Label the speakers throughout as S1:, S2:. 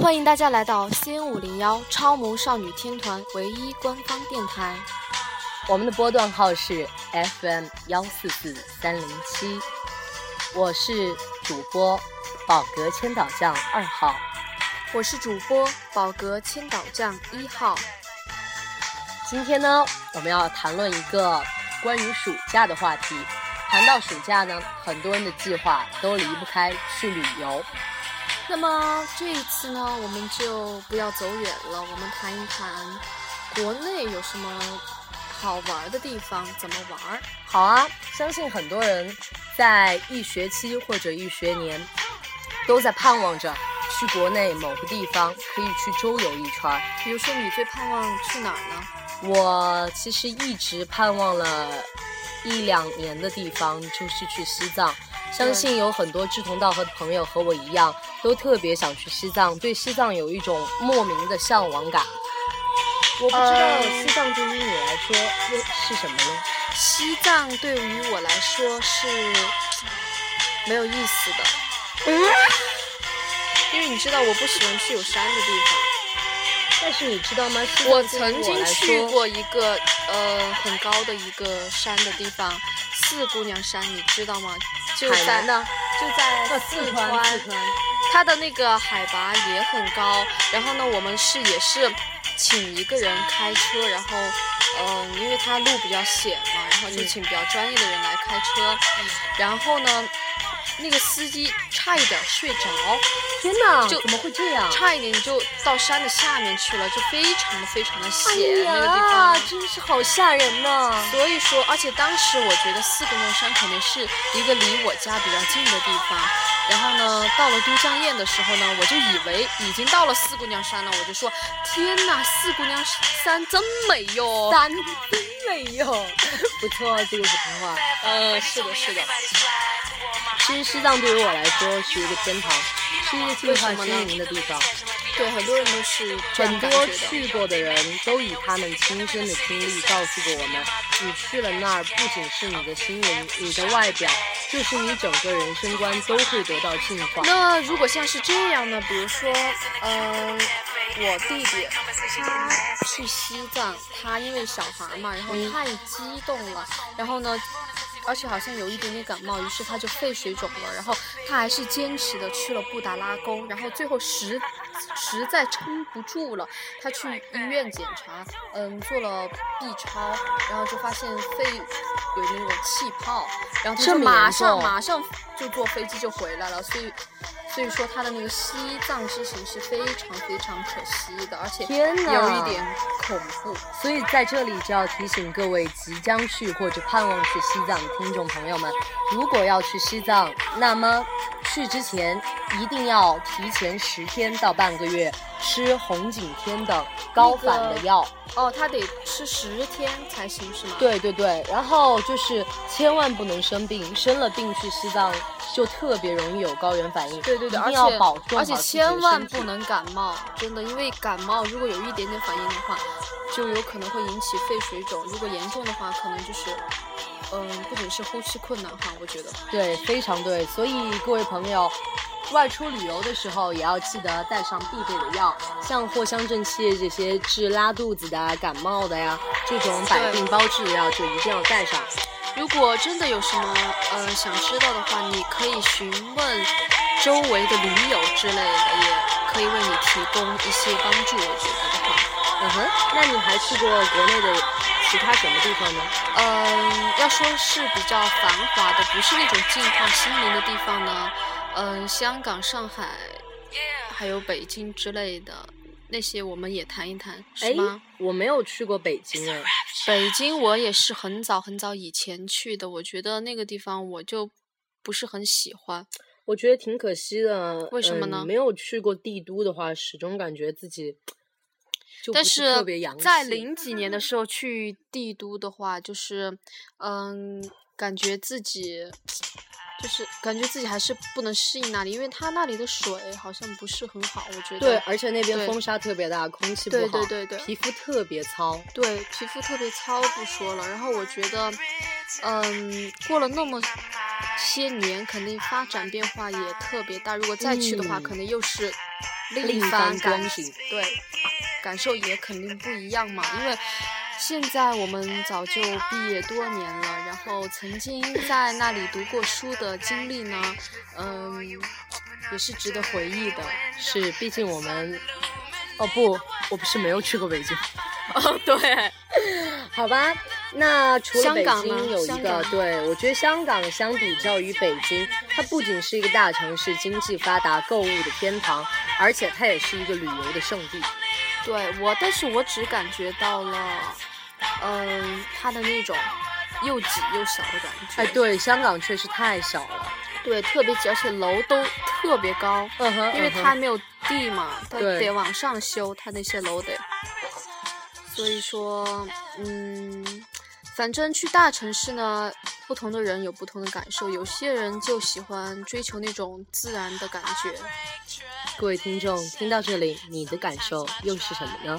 S1: 欢迎大家来到 CN 五零幺超模少女天团唯一官方电台。
S2: 我们的波段号是 FM 幺四四三零七，我是主播宝格千岛酱二号。
S1: 我是主播宝格千岛酱一号。
S2: 今天呢，我们要谈论一个关于暑假的话题。谈到暑假呢，很多人的计划都离不开去旅游。
S1: 那么这一次呢，我们就不要走远了，我们谈一谈国内有什么好玩的地方，怎么玩儿。
S2: 好啊，相信很多人在一学期或者一学年都在盼望着去国内某个地方可以去周游一圈儿。
S1: 比如说，你最盼望去哪儿呢？
S2: 我其实一直盼望了一两年的地方就是去西藏，相信有很多志同道合的朋友和我一样，都特别想去西藏，对西藏有一种莫名的向往感。我不知道
S1: 嗯
S2: 西藏对于你来说又是什么呢？
S1: 西藏对于我来说是没有意思的，因为你知道我不喜欢去有山的地方。
S2: 但是你知道吗？西藏
S1: 我
S2: 对于
S1: 曾经
S2: 来
S1: 去
S2: 说，
S1: 过一个呃很高的一个山的地方，四姑娘山，你知道吗？就
S2: 海
S1: 在
S2: 南的
S1: 就在
S2: 呃
S1: 四
S2: 川，
S1: 川
S2: 四，川，
S1: 它的那个海拔也很高。然后呢，我们是也是请一个人开车，然后嗯、呃因为它路比较险嘛，然后就
S2: 嗯
S1: 请比较专业的人来开车。然后呢，那个司机差一点睡
S2: 啊
S1: 着。
S2: 天哪，
S1: 就
S2: 怎么会这样？
S1: 差一点你就到山的下面去了，就非常的非常的
S2: 哎
S1: 险、那个地
S2: 呀
S1: 方。
S2: 真是好吓人呐、
S1: 所以说，而且当时我觉得四姑娘山肯定是一个离我家比较近的地方。然后呢，到了都江堰的时候呢，我就以为已经到了四姑娘山了，我就说：天哪，四姑娘山真美哟！
S2: 三真没有， 不错，这个普通话。
S1: 呃，是的，是的，
S2: 其实西藏对于我来说是一个天堂，是一个净化心灵的地方。
S1: 对，很多人都是啊这样
S2: 很
S1: 感
S2: 多
S1: 觉的。
S2: 去过的人都以他们亲身的经历告诉过我们，你去了那儿，不仅是你的心灵、你的外表，就是你整个人生观都会得到净化。
S1: 那如果像是这样呢？比如说，嗯、我弟弟他去西藏，他因为小孩嘛，然后太激动了，然后呢，而且好像有一点点感冒，于是他就肺水肿了，然后他还是坚持的去了布达拉宫，然后最后实实在撑不住了，他去医院检查，嗯，做了 B 超，然后就发现肺有那种气泡，然后他
S2: 这
S1: 就
S2: 么
S1: 马
S2: 严
S1: 上
S2: 重
S1: 马上就坐飞机就回来了，所以所以说他的那个西藏之行是非常非常可惜的，而且
S2: 天哪
S1: 有一点恐怖。
S2: 所以在这里就要提醒各位即将去或者盼望去西藏的听众朋友们，如果要去西藏，那么去之前一定要提前十天到半个月吃红景天等高反的药。
S1: 哦，他得吃十天才行是吗？，
S2: 对对对，然后就是千万不能生病，生了病去西藏就特别容易有高原反应。
S1: 对对对，
S2: 一
S1: 而
S2: 定
S1: 且
S2: 要保重好
S1: 而
S2: 自己
S1: 且
S2: 的
S1: 千万
S2: 身体
S1: 不能感冒，真的，因为感冒如果有一点点反应的话，就有可能会引起肺水肿，如果严重的话，可能就是，嗯、不仅是呼吸困难哈，我觉得。
S2: 对，非常对。所以各位朋友，外出旅游的时候也要记得带上必备的药，像藿香正气这些治拉肚子的啊、感冒的呀，这种百病包治的药就一定要带上。
S1: 如果真的有什么呃想知道的话，你可以询问周围的驴友之类的，也可以为你提供一些帮助。我觉得的话，
S2: 嗯哼，那你还去过国内的其他什么地方呢？
S1: 嗯，要说是比较繁华的，不是那种净化心灵的地方呢，嗯，香港、上海，还有北京之类的那些，我们也谈一谈，是吗？
S2: 我没有去过北京哎。
S1: 哎北京我也是很早很早以前去的，我觉得那个地方我就不是很喜欢。
S2: 我觉得挺可惜的，
S1: 为什么
S2: 嗯
S1: 呢
S2: 没有去过帝都的话，始终感觉自己就不
S1: 但
S2: 是特别洋气。
S1: 在零几年的时候去帝都的话，就是，嗯，感觉自己就是感觉自己还是不能适应那里，因为它那里的水好像不是很好，我觉得。
S2: 对，而且那边
S1: 对
S2: 风沙特别大，空气不
S1: 对
S2: 好，
S1: 对对对
S2: 皮肤特别糙。
S1: 对，皮肤特别糙不说了，然后我觉得，嗯，过了那么些年，肯定发展变化也特别大。如果再去的话，
S2: 嗯
S1: 可能又是另一
S2: 番
S1: 感
S2: 光景
S1: 对，感受也肯定不一样嘛。因为现在我们早就毕业多年了，然后曾经在那里读过书的经历呢，嗯，也是值得回忆的。
S2: 是，毕竟我们，哦不，我不是没有去过北京，
S1: 哦，对，
S2: 好吧？那除了
S1: 香
S2: 北
S1: 港呢
S2: 京有一
S1: 香
S2: 个
S1: 港，
S2: 对我觉得香港相比较于北京，它不仅是一个大城市、经济发达、购物的天堂，而且它也是一个旅游的圣地。
S1: 对我，但是我只感觉到了，嗯，它的那种又挤又小的感觉。
S2: 哎，对，香港确实太小了，
S1: 对，特别挤，而且楼都特别高，
S2: 嗯哼，
S1: 因为
S2: 嗯哼
S1: 它没有地嘛，它
S2: 对
S1: 得往上修，它那些楼得。所以说，嗯，反正去大城市呢，不同的人有不同的感受，有些人就喜欢追求那种自然的感觉。
S2: 各位听众，听到这里，你的感受又是什么呢？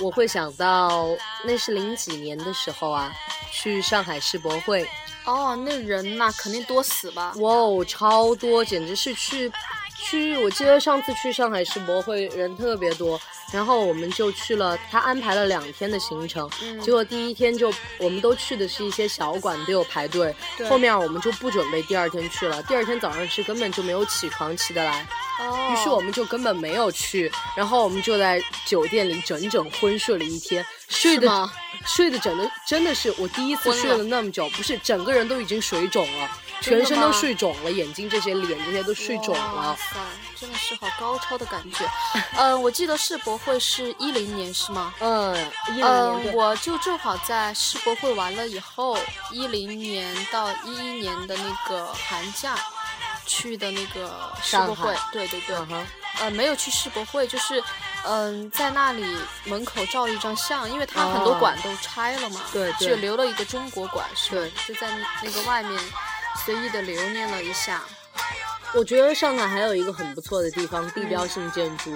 S2: 我会想到那是零几年的时候啊，去上海世博会，
S1: 哦，那人呐，肯定多死吧？
S2: 哇哦，超多，简直是去去，我记得上次去上海世博会人特别多，然后我们就去了，他安排了两天的行程，
S1: 嗯
S2: 结果第一天就我们都去的是一些小馆，都有排队，
S1: 对
S2: 后面我们就不准备第二天去了，第二天早上是根本就没有起床起得来。
S1: 哦，
S2: 于是我们就根本没有去，然后我们就在酒店里整整昏睡了一天，睡
S1: 是
S2: 的
S1: 吗
S2: 睡的整的真的是我第一次
S1: 昏了
S2: 睡了那么久，不是整个人都已经水肿了，
S1: 真的
S2: 全
S1: 吗
S2: 身都睡肿了，眼睛这些、脸这些都睡肿
S1: 哇
S2: 了。
S1: 塞，真的是好高超的感觉。 嗯，我记得世博会是一零年是吗？
S2: 嗯，一零
S1: 嗯，
S2: 年
S1: 我就正好在世博会完了以后，一零年到一一年的那个寒假去的那个世博
S2: 上
S1: 会
S2: 海，
S1: 对对对
S2: 对，，嗯哼，
S1: 呃，没有去世博会，就是嗯、在那里门口照了一张相，因为它很多
S2: 哦
S1: 馆都拆了嘛，
S2: 对对
S1: 只留了一个中国馆，是吧
S2: 对
S1: 就在那个外面随意的留念了一下，
S2: 我觉得上海还有一个很不错的地方，地标性建筑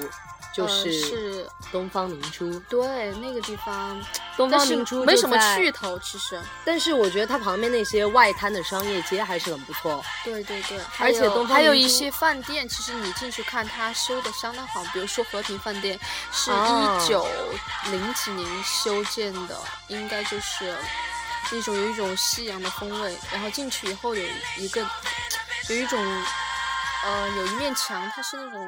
S2: 就
S1: 呃
S2: 是
S1: 嗯是
S2: 东方明珠。
S1: 对那个地方，
S2: 东
S1: 但
S2: 方
S1: 是
S2: 明珠
S1: 没
S2: 就
S1: 什么
S2: 在
S1: 噱，头，其实，
S2: 但是我觉得它旁边那些外滩的商业街还是很不错。
S1: 对对对，
S2: 而且
S1: 还有
S2: 东方
S1: 还有
S2: 明
S1: 一
S2: 珠
S1: 些饭店，其实你进去看，它修的相当好。比如说和平饭店是
S2: 啊
S1: 一九零几年修建的，应该就是一种有一种西洋的风味。然后进去以后有一个有一种呃有一面墙，它是那种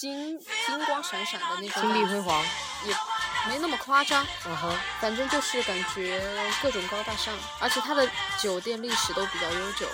S1: 金金光闪闪的那种
S2: 金碧
S1: 感觉，
S2: 辉煌，
S1: 也没那么夸张，
S2: 嗯哼。
S1: 反正就是感觉各种高大上，而且它的酒店历史都比较悠久，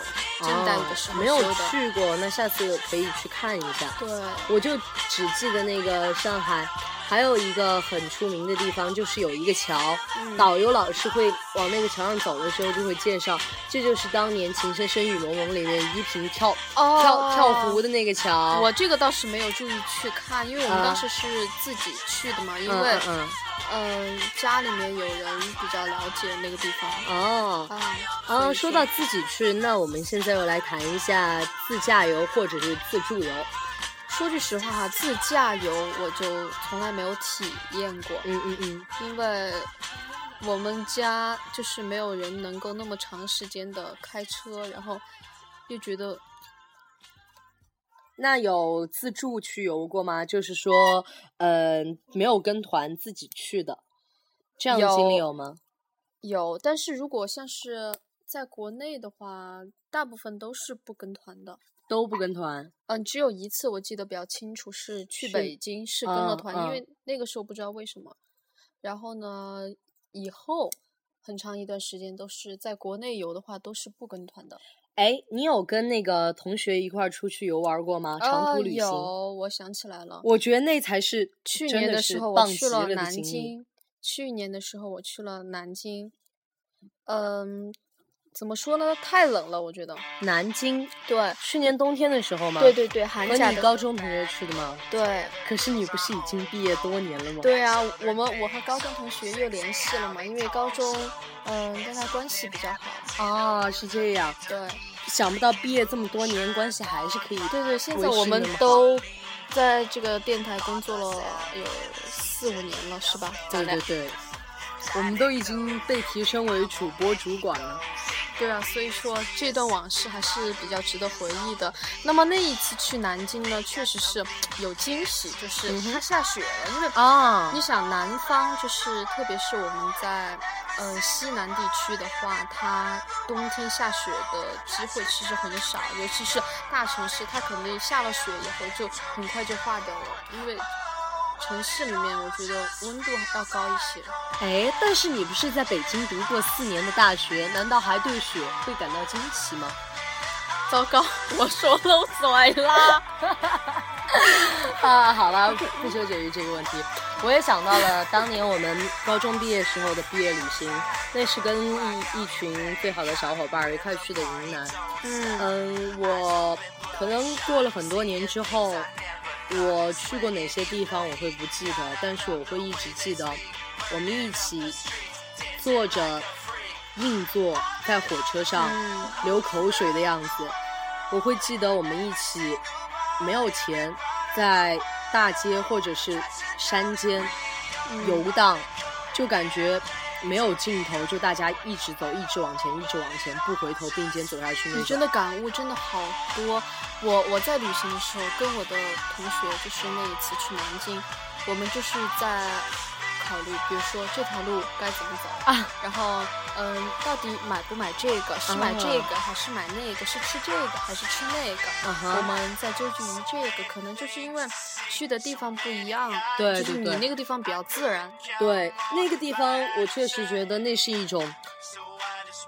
S1: 近代的时
S2: 哦
S1: 候
S2: 没有
S1: 修的。
S2: 去过，那下次可以去看一下。
S1: 对，
S2: 我就只记得那个上海，还有一个很出名的地方，就是有一个桥，
S1: 嗯
S2: 导游老师会往那个桥上走的时候就会介绍，这就是当年《情深深雨蒙蒙》里面依萍跳、
S1: 哦
S2: 跳跳湖的那个桥。
S1: 我这个倒是没有注意去看，因为我们
S2: 啊
S1: 当时是自己去的嘛，因
S2: 嗯
S1: 为
S2: 嗯嗯
S1: 嗯、家里面有人比较了解那个地方
S2: 哦。
S1: 啊。所
S2: 啊，
S1: 以
S2: 说到自己去，那我们现在又来谈一下自驾游或者是自助游。
S1: 说句实话哈，自驾游我就从来没有体验过，
S2: 嗯嗯嗯，
S1: 因为我们家就是没有人能够那么长时间的开车，然后又觉得
S2: 那有自助去游过吗？就是说，嗯、没有跟团自己去的，这样的经历
S1: 有
S2: 有吗？
S1: 有，但是如果像是在国内的话，大部分都是不跟团的。
S2: 都不跟团，
S1: 嗯，只有一次我记得比较清楚，是去
S2: 是
S1: 北京是跟了
S2: 嗯
S1: 团，
S2: 嗯
S1: 因为那个时候不知道为什么。然后呢，以后很长一段时间都是在国内游的话都是不跟团的。
S2: 哎，你有跟那个同学一块儿出去游玩过吗？长
S1: 啊
S2: 途旅行，
S1: 有，我想起来了，
S2: 我觉得那才是
S1: 去
S2: 真
S1: 年
S2: 的
S1: 时
S2: 是
S1: 候我
S2: 棒
S1: 去
S2: 极
S1: 了
S2: 的
S1: 南
S2: 经历。
S1: 京，去年的时候我去了南京，嗯，怎么说呢？太冷了，我觉得。
S2: 南京，
S1: 对，
S2: 去年冬天的时候吗？
S1: 对对对，寒
S2: 和
S1: 假
S2: 你
S1: 的。
S2: 高中同学去的吗？
S1: 对，
S2: 可是你不是已经毕业多年了吗？
S1: 对啊，我们我和高中同学又联系了嘛，因为高中嗯跟他关系比较好。
S2: 啊，是这样，
S1: 对
S2: 想不到毕业这么多年，关系还是可以。
S1: 对对，现
S2: 维
S1: 在我
S2: 持
S1: 们
S2: 那么好
S1: 都在这个电台工作了有四五年了，是吧？咱
S2: 对
S1: 俩
S2: 对对，我们都已经被提升为主播主管了。
S1: 对啊，所以说这段往事还是比较值得回忆的。那么那一次去南京呢，确实是有惊喜，就是它下雪了，因为
S2: 啊
S1: 你想南方就是特别是我们在呃西南地区的话，它冬天下雪的机会其实很少，尤其是大城市，它可能下了雪以后就很快就化掉了，因为城市里面我觉得温度要高一些。
S2: 哎，但是你不是在北京读过四年的大学，难道还对雪会感到惊奇吗？
S1: 糟糕， 我说漏嘴啦。
S2: 啊，好了，不纠结于这个问题。我也想到了当年我们高中毕业时候的毕业旅行，那是跟一一群最好的小伙伴儿一块去的云南。
S1: 嗯
S2: 嗯，我可能过了很多年之后，我去过哪些地方我会不记得，但是我会一直记得，我们一起坐着硬座在火车上
S1: 嗯
S2: 流口水的样子，我会记得我们一起没有钱在大街或者是山间游荡，就感觉。没有尽头，就大家一直走，一直往前，一直往前，不回头，并肩走下去那
S1: 你
S2: 种
S1: 真。的感悟真的好多。我我在旅行的时候，跟我的同学就是那一次去南京，我们就是在考虑，比如说这条路该怎么走
S2: 啊，
S1: 然后嗯，到底买不买这个？是买
S2: 啊
S1: 这个还是买那个？是吃这个还是吃那个？
S2: 啊哈
S1: 我们在纠结于这个，可能就是因为去的地方不一样，
S2: 对
S1: 就是
S2: 对
S1: 你
S2: 对
S1: 那个地方比较自然，
S2: 对，那个地方我确实觉得那是一种，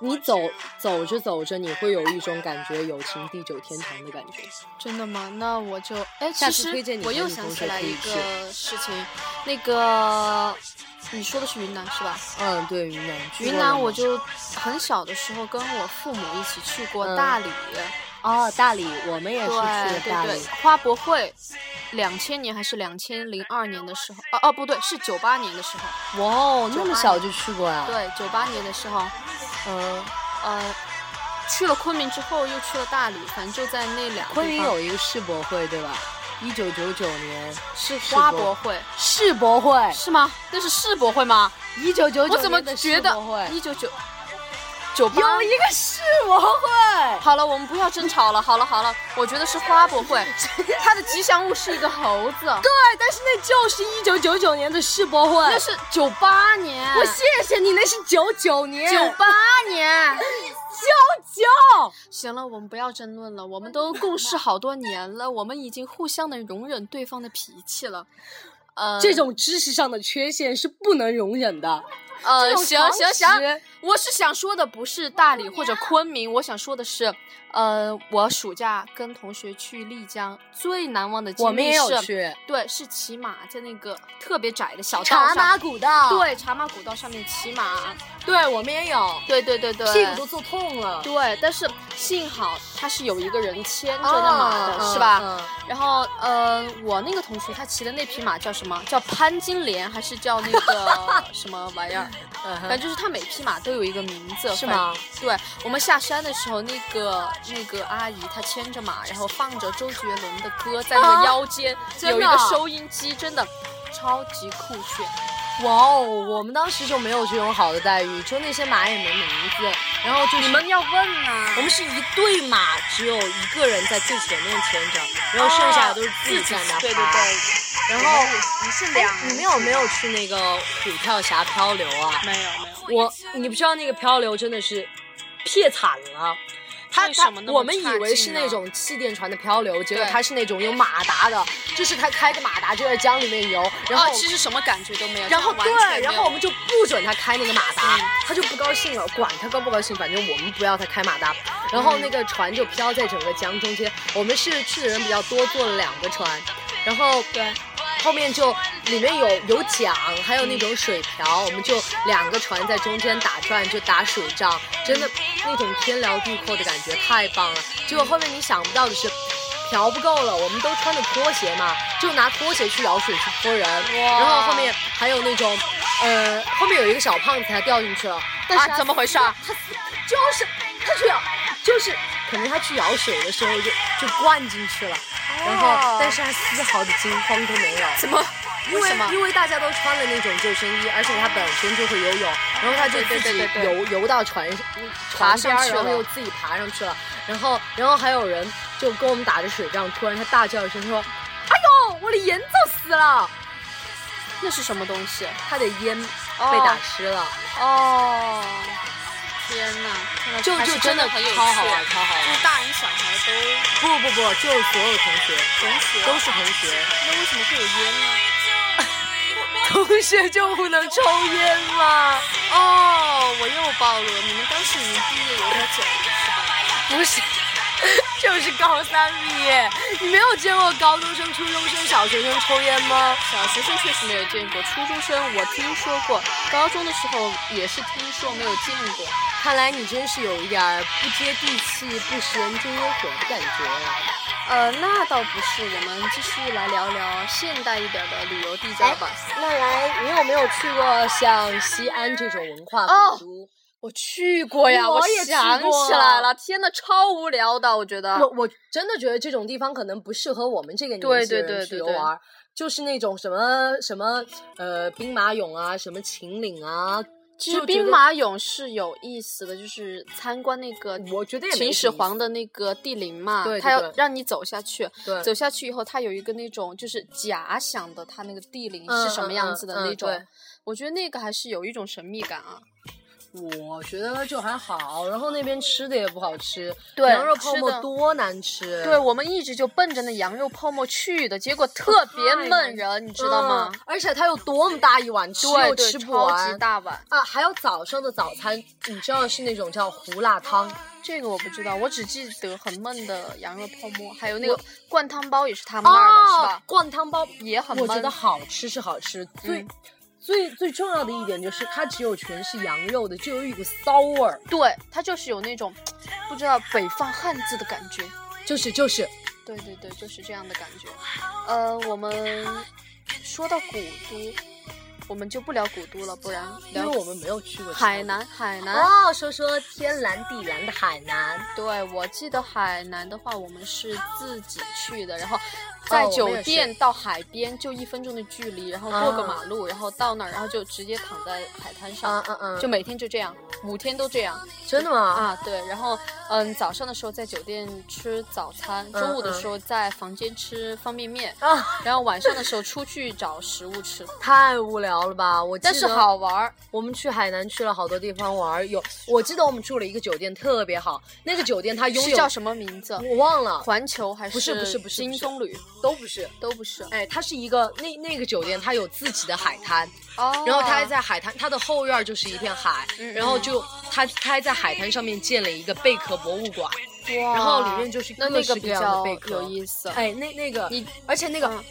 S2: 你走走着走着，你会有一种感觉友情地久天长的感觉。
S1: 真的吗？那我就哎，
S2: 下
S1: 其
S2: 次推荐
S1: 实
S2: 你
S1: 我
S2: 和
S1: 又
S2: 你
S1: 想
S2: 同
S1: 起
S2: 学
S1: 来
S2: 可以
S1: 一个事情，那个你说的是云南是吧？
S2: 嗯，对，云南，去
S1: 云
S2: 过
S1: 南
S2: 了
S1: 我
S2: 吗
S1: 就很小的时候跟我父母一起去过
S2: 嗯
S1: 大理，
S2: 哦，大理，我们也是去
S1: 对
S2: 了大
S1: 对
S2: 理
S1: 对，花博会，两千年还是两千零二年的时候，哦、哦不对，是九八年的时候，
S2: 哇哦，那
S1: 九
S2: 么
S1: 八
S2: 小
S1: 年
S2: 就去过啊？
S1: 对，九八年的时候，
S2: 嗯，
S1: 呃，去了昆明之后又去了大理，反正就在那两个
S2: 昆
S1: 地
S2: 明
S1: 方
S2: 有一个世博会，对吧？一九九九年
S1: 是
S2: 世
S1: 花
S2: 博
S1: 博会
S2: 世博会，
S1: 是吗？那是世博会吗？
S2: 一九九
S1: 我
S2: 九
S1: 怎么
S2: 年的
S1: 觉
S2: 世
S1: 得
S2: 博会
S1: 一九九九八？
S2: 有一个世博会？
S1: 好了，我们不要争吵了。好了好了，我觉得是花博 会，它的吉祥物是一个猴子，
S2: 对，但是那就是一九九九年的世博会。
S1: 那是九八年，
S2: 我谢谢你，那是九九年，
S1: 九八年。
S2: 九。
S1: 行了，我们不要争论了，我们都共事好多年了，我们已经互相的容忍对方的脾气了。呃，
S2: 这种知识上的缺陷是不能容忍的。
S1: 呃，
S2: 这种
S1: 行
S2: 常
S1: 行行，
S2: 识，
S1: 我是想说的不是大理或者昆明，我想说的是，呃，我暑假跟同学去丽江，最难忘的经历
S2: 我们也有
S1: 是
S2: 去
S1: 对，是骑马在那个特别窄的小道
S2: 茶
S1: 上，
S2: 马古道，，
S1: 对，茶马古道上面骑马，
S2: 对我们也有，
S1: 对对对对，
S2: 屁股都坐痛了，
S1: 对，但是幸好他是有一个人牵着那马的，是吧？
S2: 嗯？
S1: 然后，呃，我那个同学他骑的那匹马叫什么？叫潘金莲还是叫那 个什么玩意儿？
S2: 嗯
S1: 反正就是他每匹马都有一个名字，
S2: 是
S1: 反
S2: 吗？
S1: 对我们下山的时候，那个那个阿姨她牵着马，然后放着周杰伦的歌在那
S2: 啊
S1: 个腰间，
S2: 真
S1: 有
S2: 的
S1: 一个收音机，真的超级酷炫。
S2: 哇哦，我们当时就没有这种好的待遇，就那些马也没名字，然后就是
S1: 你们要问啊
S2: 我们是一队马，只有一个人在最前面牵着，然后剩下的都是哦自己在那爬。
S1: 对对对，然
S2: 然
S1: 后
S2: 后
S1: 你是
S2: 哎你们有没有去那个虎跳峡漂流啊？
S1: 没有没有，
S2: 我你不知道那个漂流真的是撇惨了。它
S1: 为
S2: 它
S1: 什么那么
S2: 我们以为
S1: 差
S2: 是
S1: 劲呢
S2: 那种气垫船的漂流，结果
S1: 对
S2: 它是那种有马达的，就是它开着马达就在江里面游，然后、
S1: 哦其实什么感觉都没有，
S2: 然后
S1: 真的完全
S2: 对，然
S1: 没有
S2: 后我们就不准他开那个马达
S1: 嗯，
S2: 他就不高兴了，管他高不高兴，反正我们不要他开马达。
S1: 嗯
S2: 然后那个船就飘在整个江中间，我们是去的人比较多，坐了两个船，然后对。后面就里面有有桨，还有那
S1: 嗯
S2: 种水瓢，我们就两个船在中间打转，就打水仗，真的那种天辽地阔的感觉太棒了。结果后面你想不到的是，瓢不够了，我们都穿着拖鞋嘛，就拿拖鞋去舀水去泼人，然后后面还有那种，呃，后面有一个小胖子他掉进去了，但是
S1: 啊
S2: 他、
S1: 怎么回事啊？
S2: 他就是他去舀，就是可能他去舀水的时候就就灌进去了，然后但是他丝毫的惊慌都没有。
S1: 怎么
S2: 因
S1: 为什么
S2: 因哦为大家都穿了那种救生衣，而且他本身就会游泳，然后他就自
S1: 对对
S2: 己
S1: 对对对
S2: 游游到船
S1: 爬上
S2: 船边嗯儿，
S1: 去
S2: 然
S1: 了
S2: 后又自己爬上去了，然后然后还有人就跟我们打着水仗，突然他大叫一声说：“哎呦，我的盐走死了！”
S1: 那是什么东西？
S2: 他的烟
S1: 哦
S2: 被打湿了，
S1: 哦，天哪，看到
S2: 就
S1: 还
S2: 就是真的
S1: 很有趣，
S2: 超好玩，超好
S1: 就
S2: 玩。
S1: 是大人小孩都
S2: 不不不，就是所有同学
S1: 同学
S2: 都是同学，
S1: 那为什么会有烟呢？
S2: 同学就不能抽烟吗？
S1: 哦，我又暴露了，你们当时已经毕业有多久了是吧？
S2: 不是， 就是高三毕业。你没有见过
S1: 哦
S2: 高中生、初中生、小学生抽烟吗？
S1: 小学生确实没有见过，初中生我听说过，高中的时候也是听说没有见过。
S2: 看来你真是有一点儿不接地气、不食人间烟火的感觉呀。
S1: 呃，那倒不是，我们继续来聊聊现代一点的旅游地标吧。
S2: 那来，你有没有去过像西安这种文化
S1: 哦
S2: 古都？
S1: 我去过呀，
S2: 我也
S1: 也
S2: 去
S1: 想
S2: 过
S1: 起来了，天呐，超无聊的，我觉得。
S2: 我我真的觉得这种地方可能不适合我们这个年
S1: 对
S2: 纪的
S1: 对
S2: 人
S1: 对
S2: 去
S1: 对
S2: 游
S1: 对
S2: 玩儿，就是那种什么什么呃兵马俑啊，什么秦岭啊，
S1: 其实
S2: 就觉
S1: 兵
S2: 得
S1: 马俑是有意思的，就是参观那个
S2: 我觉得也没
S1: 秦
S2: 什
S1: 始
S2: 么意
S1: 皇的那个地陵嘛，
S2: 对对
S1: 他要
S2: 对
S1: 让你走下去，
S2: 对
S1: 走下去以后，它有一个那种就是假想的，它那个地陵
S2: 嗯
S1: 是什么样子的那种，
S2: 嗯嗯嗯
S1: 我觉得那个还是有一种神秘感啊。
S2: 我觉得就还好，然后那边吃的也不好吃，
S1: 对
S2: 羊肉泡
S1: 吃
S2: 馍
S1: 的
S2: 多难吃，
S1: 对，我们一直就奔着那羊肉泡馍去的，结果特别闷人，你知道吗
S2: 嗯？？而且它有多么大一碗，吃
S1: 对
S2: 又
S1: 对，
S2: 吃不
S1: 超级
S2: 完。
S1: 大碗，
S2: 啊，还有早上的早餐，你知道是那种叫胡辣汤，
S1: 这个我不知道，我只记得很闷的羊肉泡馍，还有那个灌汤包也是他们那儿的，是
S2: 哦
S1: 吧，？
S2: 灌汤包
S1: 也很
S2: 我觉
S1: 闷
S2: 得好吃是好吃，最、
S1: 嗯
S2: 最最重要的一点就是它只有全是羊肉的，就有一股骚味儿，
S1: 对，它就是有那种不知道北方汉字的感觉。
S2: 就是就是，
S1: 对对对，就是这样的感觉。呃，我们说到古都，我们就不聊古都了，不然
S2: 因
S1: 聊
S2: 为我们没有去过
S1: 海
S2: 成都。
S1: 南。海南，
S2: 哦，说说天蓝地蓝的海南，
S1: 对我记得海南的话，我们是自己去的，然后
S2: 哦
S1: 在
S2: 我们也
S1: 酒
S2: 是
S1: 店到海边就一分钟的距离，然后过个
S2: 啊
S1: 马路，然后到那儿，然后就直接躺在海滩
S2: 嗯
S1: 上。
S2: 嗯嗯，
S1: 就每天就这样，五天都这样，
S2: 真的吗？
S1: 啊，对，然后嗯，早上的时候在酒店吃早餐，
S2: 嗯
S1: 中午的
S2: 嗯
S1: 时候在房间吃方便面，
S2: 啊，
S1: 然后晚上的时候出去找食物吃，
S2: 太无聊了吧！我记得
S1: 但是好玩儿。
S2: 我们去海南去了好多地方玩儿，有我记得我们住了一个酒店特别好，那个酒店它拥
S1: 是
S2: 有
S1: 叫什么名字？
S2: 我忘了，
S1: 环球还
S2: 不是不是不是不
S1: 金
S2: 是
S1: 棕榈？
S2: 都不是。
S1: 都不是。
S2: 哎，它是一个那那个酒店，它有自己的海滩，
S1: 哦，
S2: 然后它还在海滩，它的后院就是一片海，然后就它它还在海滩上面建了一个贝壳博物馆，
S1: 哇，
S2: 然后里面就是
S1: 那
S2: 各
S1: 那个
S2: 式
S1: 比
S2: 各样的
S1: 较
S2: 贝壳
S1: 有意思。
S2: 哎，那那个
S1: 你
S2: 而且那个、
S1: 嗯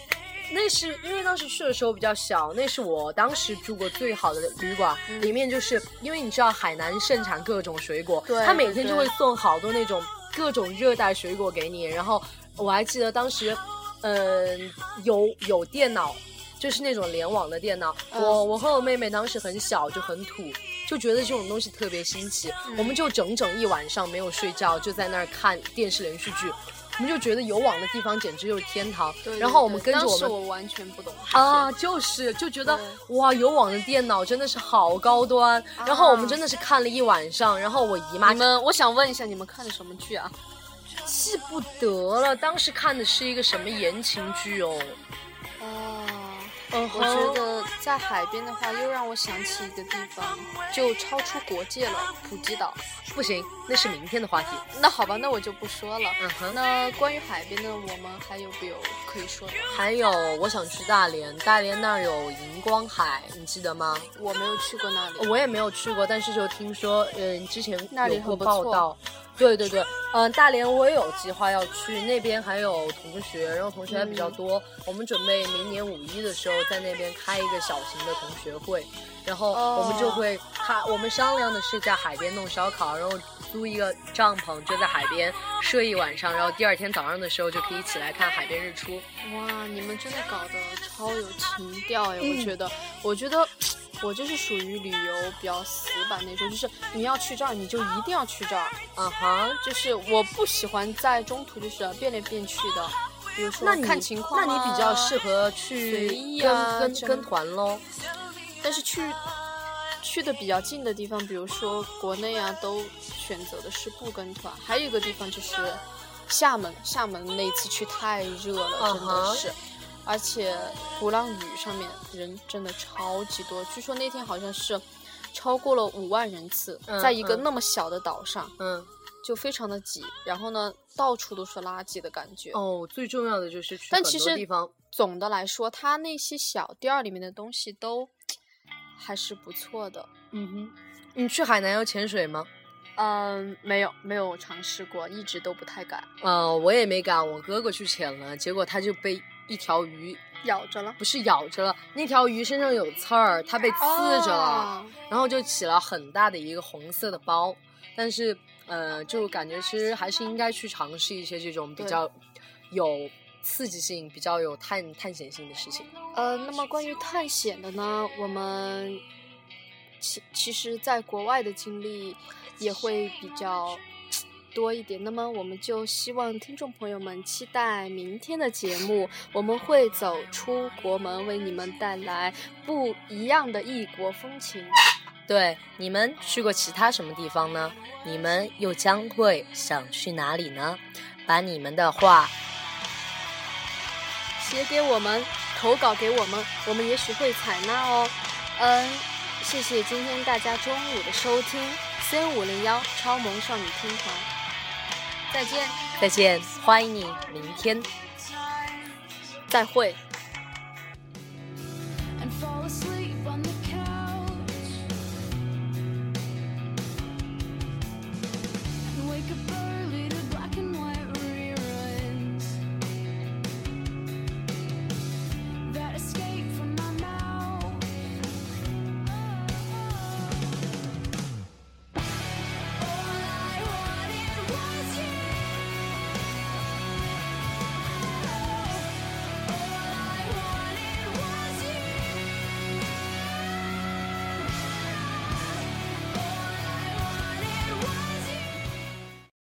S2: 那是因为当时去的时候比较小，那是我当时住过最好的旅馆，里面就是因为你知道海南盛产各种水果，
S1: 对
S2: 他每天就
S1: 对
S2: 会送好多那种各种热带水果给你，然后我还记得当时，嗯、有有电脑。就是那种联网的电脑，
S1: 嗯
S2: 我我和我妹妹当时很小就很土，就觉得这种东西特别新奇，
S1: 嗯
S2: 我们就整整一晚上没有睡觉，就在那儿看电视连续剧，我们就觉得有网的地方简直就是天堂。
S1: 对对
S2: 然后我
S1: 对
S2: 们跟着
S1: 当
S2: 我
S1: 时
S2: 们
S1: 我嗯完全不懂
S2: 啊，就是就觉得
S1: 对
S2: 哇，有网的电脑真的是好高端。
S1: 啊
S2: 然后我们真的是看了一晚上，然后我姨妈
S1: 你们，我想问一下，你们看的什么剧啊？
S2: 记不得了，当时看的是一个什么言情剧哦。
S1: 哦，
S2: 嗯
S1: 我觉得在海边的话，又让我想起一个地方，就超出国界了，普吉岛。
S2: 不行，那是明天的话题。
S1: 那好吧，那我就不说了。
S2: 嗯哼，
S1: 那关于海边的，我们还有没有可以说的？
S2: 还有我想去大连，大连那儿有荧光海，你记得吗？
S1: 我没有去过那里。
S2: 我也没有去过，但是就听说，嗯，之前
S1: 那里
S2: 有过
S1: 很不
S2: 报
S1: 错
S2: 道。对对对，嗯、大连我也有计划要去，那边还有同学，然后同学还比较
S1: 嗯
S2: 多，我们准备明年五一的时候在那边开一个小型的同学会，然后
S1: 哦
S2: 我们就会，他我们商量的是在海边弄烧烤，然后租一个帐篷就在海边睡一晚上，然后第二天早上的时候就可以起来看海边日出。
S1: 哇，你们真的搞得超有情调哎！
S2: 嗯
S1: 我觉得，我觉得。我就是属于旅游比较死板那种，就是你要去这儿，你就一定要去这儿。
S2: 啊哈，
S1: 就是我不喜欢在中途就是变来变去的，比如说
S2: 那你
S1: 看情况、啊，
S2: 那你比较适合
S1: 随
S2: 去
S1: 意
S2: 跟、
S1: 啊
S2: 跟
S1: 这样
S2: 跟团喽。
S1: 但是去去的比较近的地方，比如说国内啊，都选择的是不跟团。还有一个地方就是厦门，厦门那次去太热了，
S2: 嗯
S1: 真的
S2: 哼
S1: 是。而且鼓浪屿上面人真的超级多，据说那天好像是超过了五万人次，
S2: 嗯
S1: 在一个
S2: 嗯
S1: 那么小的岛上，
S2: 嗯，
S1: 就非常的挤，然后呢，到处都是垃圾的感觉。
S2: 哦，最重要的就是去
S1: 但
S2: 很
S1: 其
S2: 多
S1: 实
S2: 地方，
S1: 总的来说，它那些小店儿里面的东西都还是不错的。
S2: 嗯哼，你去海南要潜水吗？
S1: 嗯，没有没有尝试过，一直都不太敢，
S2: 呃，我也没敢，我哥哥去潜了，结果他就被一条鱼
S1: 咬着了，
S2: 不是咬着了，那条鱼身上有刺儿，它被刺着了，
S1: 哦。
S2: 然后就起了很大的一个红色的包。但是，呃，就感觉其实还是应该去尝试一些这种比
S1: 对
S2: 较有刺激性、比较有探探险性的事情。
S1: 呃，那么关于探险的呢，我们其其实在国外的经历也会比较多一点。那么我们就希望听众朋友们期待明天的节目，我们会走出国门，为你们带来不一样的异国风情。
S2: 对，你们去过其他什么地方呢？你们又将会想去哪里呢？把你们的话
S1: 写给我们，投稿给我们，我们也许会采纳哦。嗯，谢谢今天大家中午的收听，C 五零幺超萌少女听团，再见，
S2: 再见，欢迎你明天。
S1: 再会。